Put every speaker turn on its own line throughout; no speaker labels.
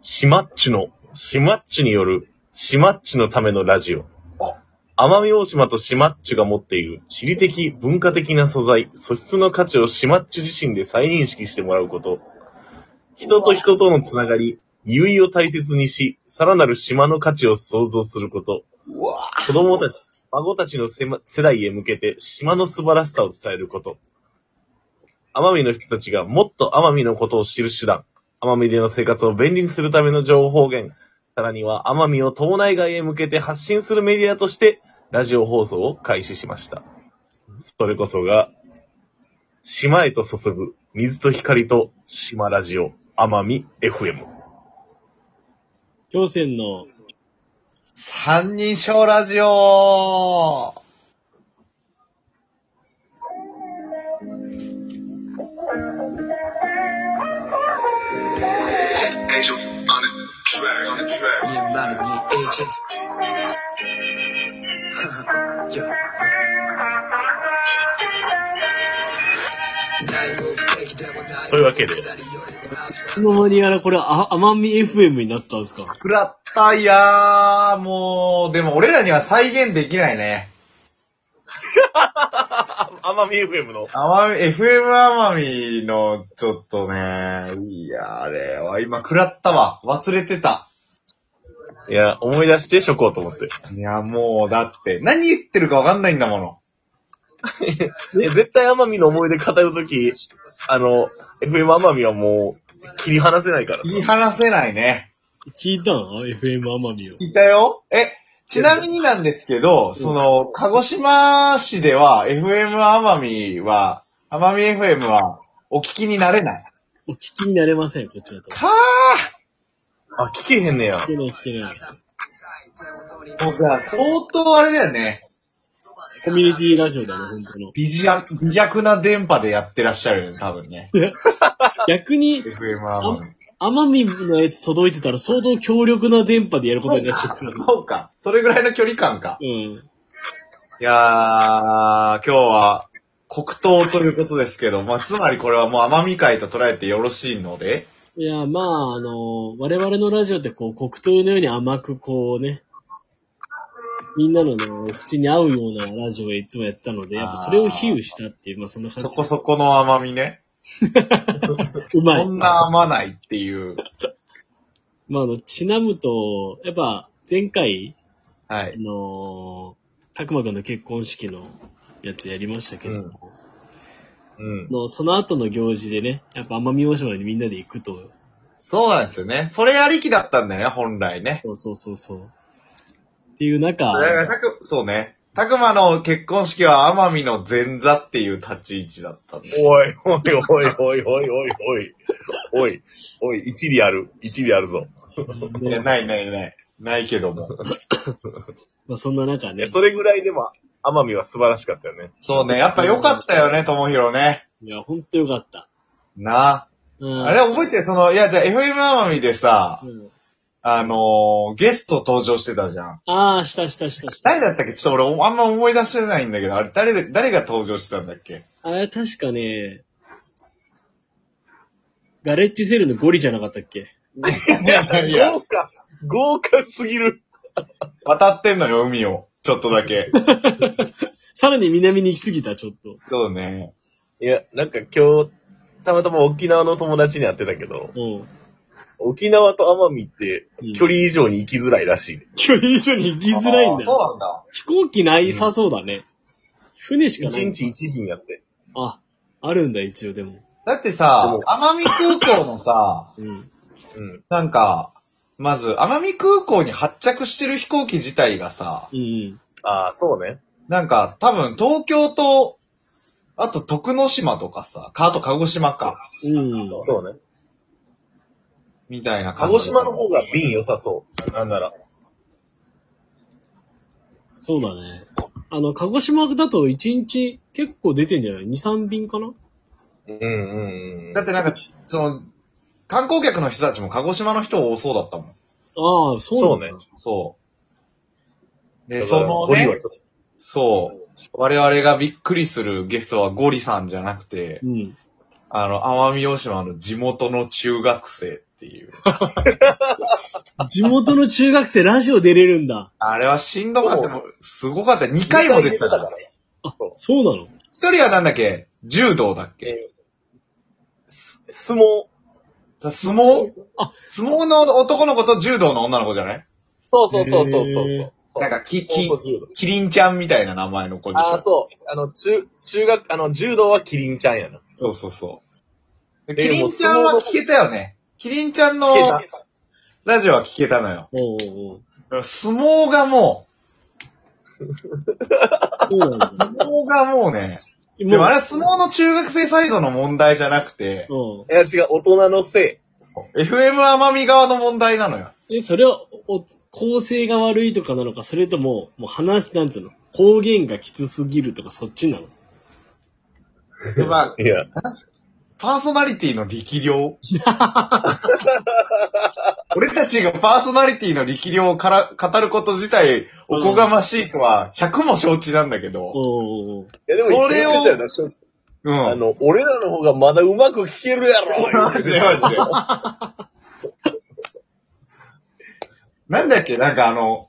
シマッチュの、シマッチュによる、シマッチュのためのラジオ
あ。
奄美大島とシマッチュが持っている地理的、文化的な素材、素質の価値をシマッチュ自身で再認識してもらうこと。人と人とのつながり、優位を大切にし、さらなる島の価値を創造すること。
うわぁ
子供たち、孫たちのせま世代へ向けて島の素晴らしさを伝えること。奄美の人たちがもっと奄美のことを知る手段。奄美での生活を便利にするための情報源。さらには奄美を島内外へ向けて発信するメディアとして、ラジオ放送を開始しました。それこそが、島へと注ぐ水と光と島ラジオ奄美 FM。
京泉の、
三人称ラジオ
2028 Yeah.
というわけで、
この間にやらこれ、あ、奄美 FM になったんですか
食らった、いやー、もう、でも俺らには再現できないね。
奄美 FM の
奄美、FM 奄美の、ちょっとね、いや、あれは今食らったわ。忘れてた。
いや、思い出してしょこうと思って。
いや、もう、だって、何言ってるかわかんないんだもの。
え絶対奄美の思い出語るとき、あの、FM 奄美はもう、切り離せないから。
言い離せないね。
聞いたの ?FM 奄美を。
いたよえ、ちなみになんですけど、その、鹿児島市では、FM 奄美は、奄美 FM は、お聞きになれない。
お聞きになれません、こっちだと。
か
あ、聞けへんねや。
聞けない聞けない。
ーもうさ、相当あれだよね。
コミュニティラジオだね、本当の。
微弱、微弱な電波でやってらっしゃるよね、多分ね。
逆に、
FM 奄美。
奄美のやつ届いてたら相当強力な電波でやること
そう
になっちゃっ
か
た。、
そうか。それぐらいの距離感か。
うん。
いやー、今日は、黒糖ということですけど、まあ、つまりこれはもう奄美海と捉えてよろしいので、
いや、まあ、あの、我々のラジオってこう、黒糖のように甘くこうね、みんなのね、お口に合うようなラジオをいつもやってたので、やっぱそれを比喩したっていう、まあそんな感じ
そ。こそこの甘みね。
うまい
そ。んな甘ないっていう。
まあ、あの、ちなむと、やっぱ、前回、
は
あ
い。
のー、たくまくんの結婚式のやつやりましたけど、
うんうん。
のその後の行事でね、やっぱ奄美大島にみんなで行くと、
そうなんですよね。それありきだったんだよね、本来ね。
そうそうそうそう。っていう中
だ、からたく、そうね。たくまの結婚式は奄美の前座っていう立ち位置だったんで。
おい、おい、おい、おい、おい、おい、おい、おい、おい、一理ある、一理あるぞ。
いや、
ね
ないないない。ないけども。
まあ、そんな中
いや
ね、
それぐらいでも、奄美は素晴らしかったよね。
そうね。やっぱ良かったよね、ともひろね。
いや、ほんとよかった。
な
うん
あ。あれ覚えてるその、いや、じゃあ FM 奄美でさ、
うん
あのー、ゲスト登場してたじゃん。
ああ、したしたしたした。
誰だったっけちょっと俺、あんま思い出せないんだけど、あれ、誰で、誰が登場してたんだっけ
あれ確かね、ガレッジセルのゴリじゃなかったっけ
いや いや、
豪華、豪華すぎる。
渡ってんのよ、海を。ちょっとだけ。
さらに南に行き過ぎた、ちょっと。
そうね。
いや、なんか今日、たまたま沖縄の友達に会ってたけど、
うん。
沖縄と奄美って
うん
距離以上に行きづらいらしいね。
距離一緒に行きづらいん
あー
だ
そう
よ。
なんだ。
飛行機ないさそうだね。船しかな
一
い。
日一便やって。
あ、あるんだ、一応でも。
だってさ
でも、
奄美空港のさ、
うん。
うん。
なんか、まず、奄美空港に発着してる飛行機自体がさ、
うん
ああ、そうね。
なんか、多分、東京と、あと、徳之島とかさ、か、あと、鹿児島か、
うん。うん。
そうね。
みたいな
鹿
感じ。
児島の方が便良さそう。なんなら。
そうだね。あの、鹿児島だと一日結構出てんじゃない ?2、3便かな
うんうんうん。
だってなんか、その、観光客の人たちも鹿児島の人多そうだったもん。
ああ、そうなんだ。
そう。で、
だか
そ
ら、
の
ゴリは
ね
ち、ょっと
そう。我々がびっくりするゲストはゴリさんじゃなくて
う、ん。
あの、奄美大島の地元の中学生。っていう。
地元の中学生ラジオ出れるんだ。
あれはしんどかったもん。すごかった。2回も出てたから。
あ、そうなの
一人はなんだっけ柔道だっけ
す相撲。
相撲
あ
相撲の男の子と柔道の女の子じゃない
そうそうそうそうそう
へー
そう。
なんか、
そ
き、
う
き
そう、柔道
キリンちゃんみたいな名前の子でし
ああ、
ょ。
そう。あの、中、中学、あの、柔道はキリンちゃんやな。
そうそうそう。
で
キリンちゃんは聞けたよね。キリンちゃんの
聞けた
ラジオは聞けたのよ。
おうおうおう。
相撲がも
そうなんだ。
う、相撲がもうね、でもあれは相撲の中学生サイドの問題じゃなくて、
も
いや、違う、大人のせ
FM 奄美側の問題なのよ。
う、うん。え、それは、お、構成が悪いとかなのか、それとも、もう話、なんつうの、方言がきつすぎるとか、そっちなの
でまあ、
い。いや、
パーソナリティの力量。俺たちがパーソナリティの力量をから語ること自体、おこがましいとは100も承知なんだけど、
おうおうおう。
いやでも言ってるやつやな、
うん。
あ の、俺らの方がまだうまく聞けるやろ
マジでマジで。なんだっけなんかあの、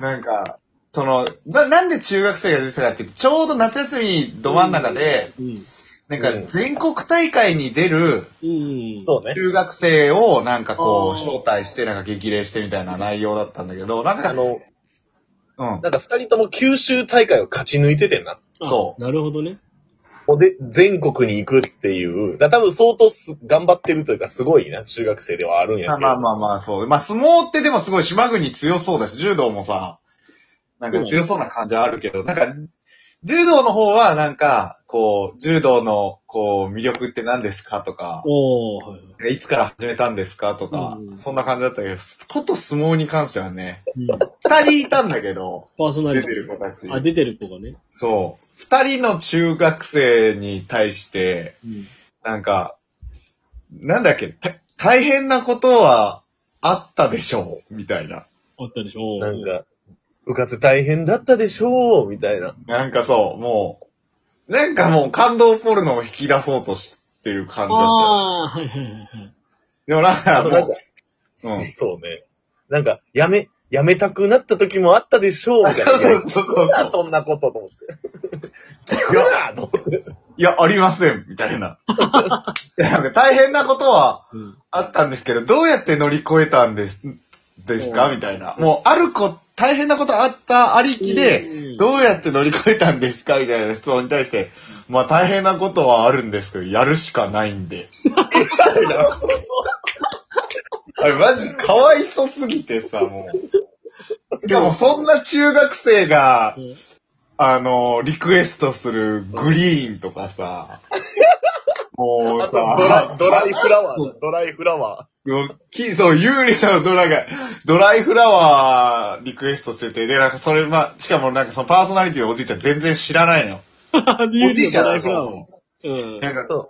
なんか、その、な、なんで中学生が出てたかっていうと、ちょうど夏休みど真ん中で、
うん。
なんか全国大会に出る
うん。
そう ね。
中学生をなんかこう
あー
招待してなんか激励してみたいな内容だったんだけど、なん
あ
か、
の、
うん。
なんか二人とも九州大会を勝ち抜いててんな。
あ
そう
なるほどね。
もうで、全国に行くっていう。だから多分相当す頑張ってるというか、すごいな、中学生ではあるんやけ
まあ
ど。
まあまあまあ、そう。まあ相撲ってでもすごい島国強そうだし、柔道もさ、なんか強そうな感じはあるけど、なんか、柔道の方はなんか、こう、柔道の、こう、魅力って何ですかとか、
おー、はいはい。
いつから始めたんですかとか
う、ん
そんな感じだったけど、こと相撲に関してはね、
うん
二人いたんだけど、
パーソナ
出
リ
て
テ
る子たち
ィ。。あ、出てる子がね。
そう。二人の中学生に対して、
うん。
なんか、なんだっけ、た大変なことはあったでしょうみたいな。
あったでしょ。
なんか、部活大変だったでしょう、みたいな。
なんかそう、もう、なんかもう感動ポルノを引き出そうとしてる感じだったよ。
ああ、はいはいはいはい。
でもなん
あ
か
となんか、
もう、うん。
そうね。なんか、やめ、やめたくなった時もあったでしょう、みたい
そうそう
な。
そう
そんな、
そう。
そんなことと思って。聞くなと思って。
いや、ありません、みたいな。いやなんか大変なことは
うん。
あったんですけど、どうやって乗り越えたんです、ですかみたいな。もう、あるこ、大変なことあったありきで、
うん
どうやって乗り越えたんですかみたいな質問に対して、まあ大変なことはあるんですけど、やるしかないん で。あれマジかわいそすぎてさ、もう。しかもそんな中学生が、あの、リクエストするグリーンとかさ、もう
あとドラ
さ、
ドライフラワーだ。ドライフラワ
もうきそう、有利なドラが、ドライフラワーリクエストしてて、で、なんかそれ、まあ、しかもなんかそのパーソナリティのおじいちゃん全然知らないのよ。おじいちゃんだ
だ
よ、そう
う
そ
ん
う。。なんか
ー。、そう。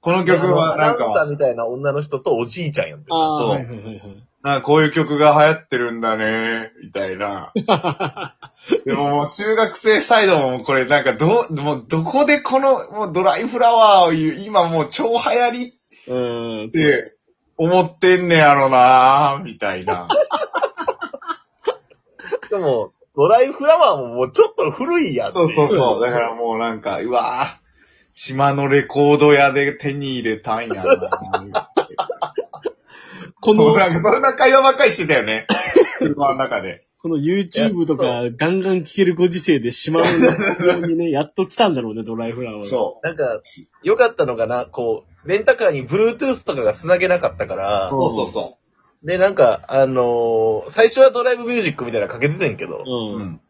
この曲はなん
アナウンサー
か、
みたいな女の人とおじいちゃんやってる。
ああ
そ
ー、
う
はいはいはいはい。
なんかこういう曲が流行ってるんだね、みたい な。でももう中学生サイドもこれなんかどう、もうどこでこのもうドライフラワーを言う、今もう超流行りっ
うん。
て思ってんねやろなみたいな。
しかも、ドライフラワーももうちょっと古いやん。
そうそうそう。だからもうなんか、うわぁ、島のレコード屋で手に入れたん やな
こ
も
の
う、なんかそんな会話ばっかりしてたよ ね。車の中で。
この YouTube とかガンガン聴けるご時世で島の中にね、 やっと来たんだろうね、ドライフラワーが。
そう。
なんか、良かったのかな、こう、レンタカーに Bluetooth とかが繋げなかったから、
うん
そうそうそ
で、なんか、あのー最初はドライブミュージックみたいなのかけててんけど、
う。
う。
うんん。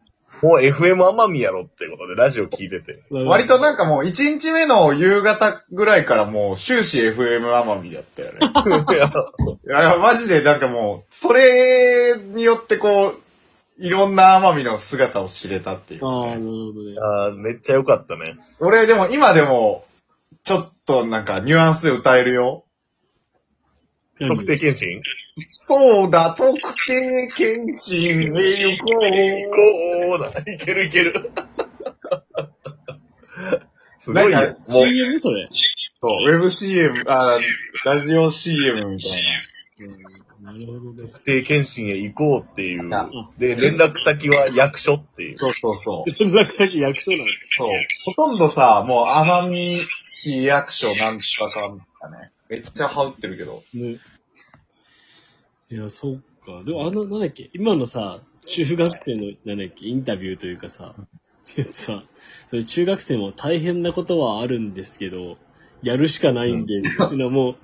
もう FM 奄美やろってことでラジオ聞いてて。
割となんかもう一日目の夕方ぐらいからもう終始 FM 奄美だった よね。
いや
いや、マジでなんかもう、それによってこう、いろんな奄美の姿を知れたっていう
ああ、な
かね、
るほどね。
あーめっちゃ良かったね。
俺でも今でも、ちょっとなんかニュアンスで歌えるよ。
特定検診
そうだ、特定検診へ行こう。
こうだ。いけるいける。すごいよ。
な
も
んか
う、
CM それ。
そう、ウェブ CM、あ、ラジオ CM みたい
なるほどね。
特定検診へ行こうっていう。
あ
で、連絡先は役所っていう。
そうそうそう。
連絡先役所なんです。
そう。ほとんどさ、もう奄美市役所なんとかかんとかね。めっちゃ羽打ってるけど。
ね。いや、そっか。でも、あの、なんだっけ、今のさ、中学生の、なんだっけ、インタビューというかさ、やつさ、それ中学生も大変なことはあるんですけど、やるしかないんで、っていうのはもう、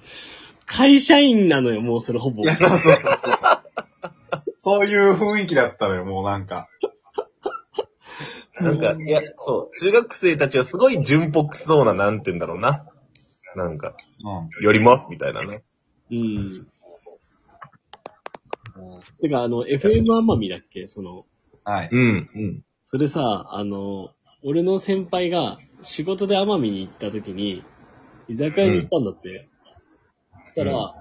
会社員なのよ、もうそれほぼ。
いや、そうそうそう。 そういう雰囲気だったのよ、もうなんか。
なんか、いや、そう、中学生たちはすごい純朴そうな、なんて言うんだろうな。なんか、
うん。
寄りますみたいなね。
うん。てか、あの、FM 奄美だっけその、
はい。
うん、うん。
それさ、あの、俺の先輩が仕事で奄美に行った時に、居酒屋に行ったんだって。そしたら、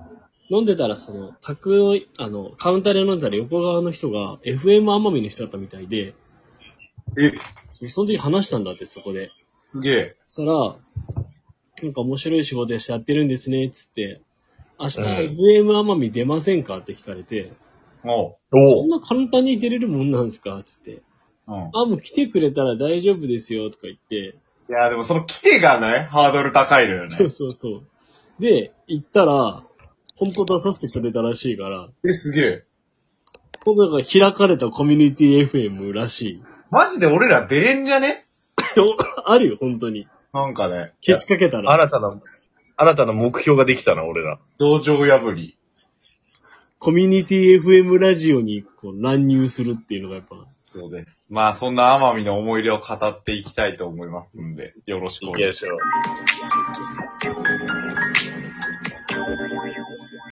飲んでたらその、宅の、あの、カウンターで飲んでたら横側の人が FM 奄美の人だったみたいで、
え、
そその時話したんだって、そこで。
すげえ。
そしたら、なんか面白い仕事やってるんですね、つって、明日
うん
FM 奄美出ませんかって聞かれて、
も
そ
お
ん
う。
な簡単に出れるもんなんですかつって。
う。うん。
あ、もう来てくれたら大丈夫ですよ、とか言って、
いや、でもその来てがね、ハードル高いのよね
そ。うそうそう。で、行ったら、本当出させてくれたらしいから、
え、すげえ。
本当なんか開かれたコミュニティ FM らしい。
マジで俺ら出れんじゃね
あるよ、本当に。
なんかね。
消しかけたら、
新たな、新たな目標ができたな、俺ら。
上場破り。
コミュニティ FM ラジオにこう乱入するっていうのがやっぱ、
そうです。まあ、そんな奄美の思い出を語っていきたいと思いますんで、よろしくお
行
願いします
き。ましょう。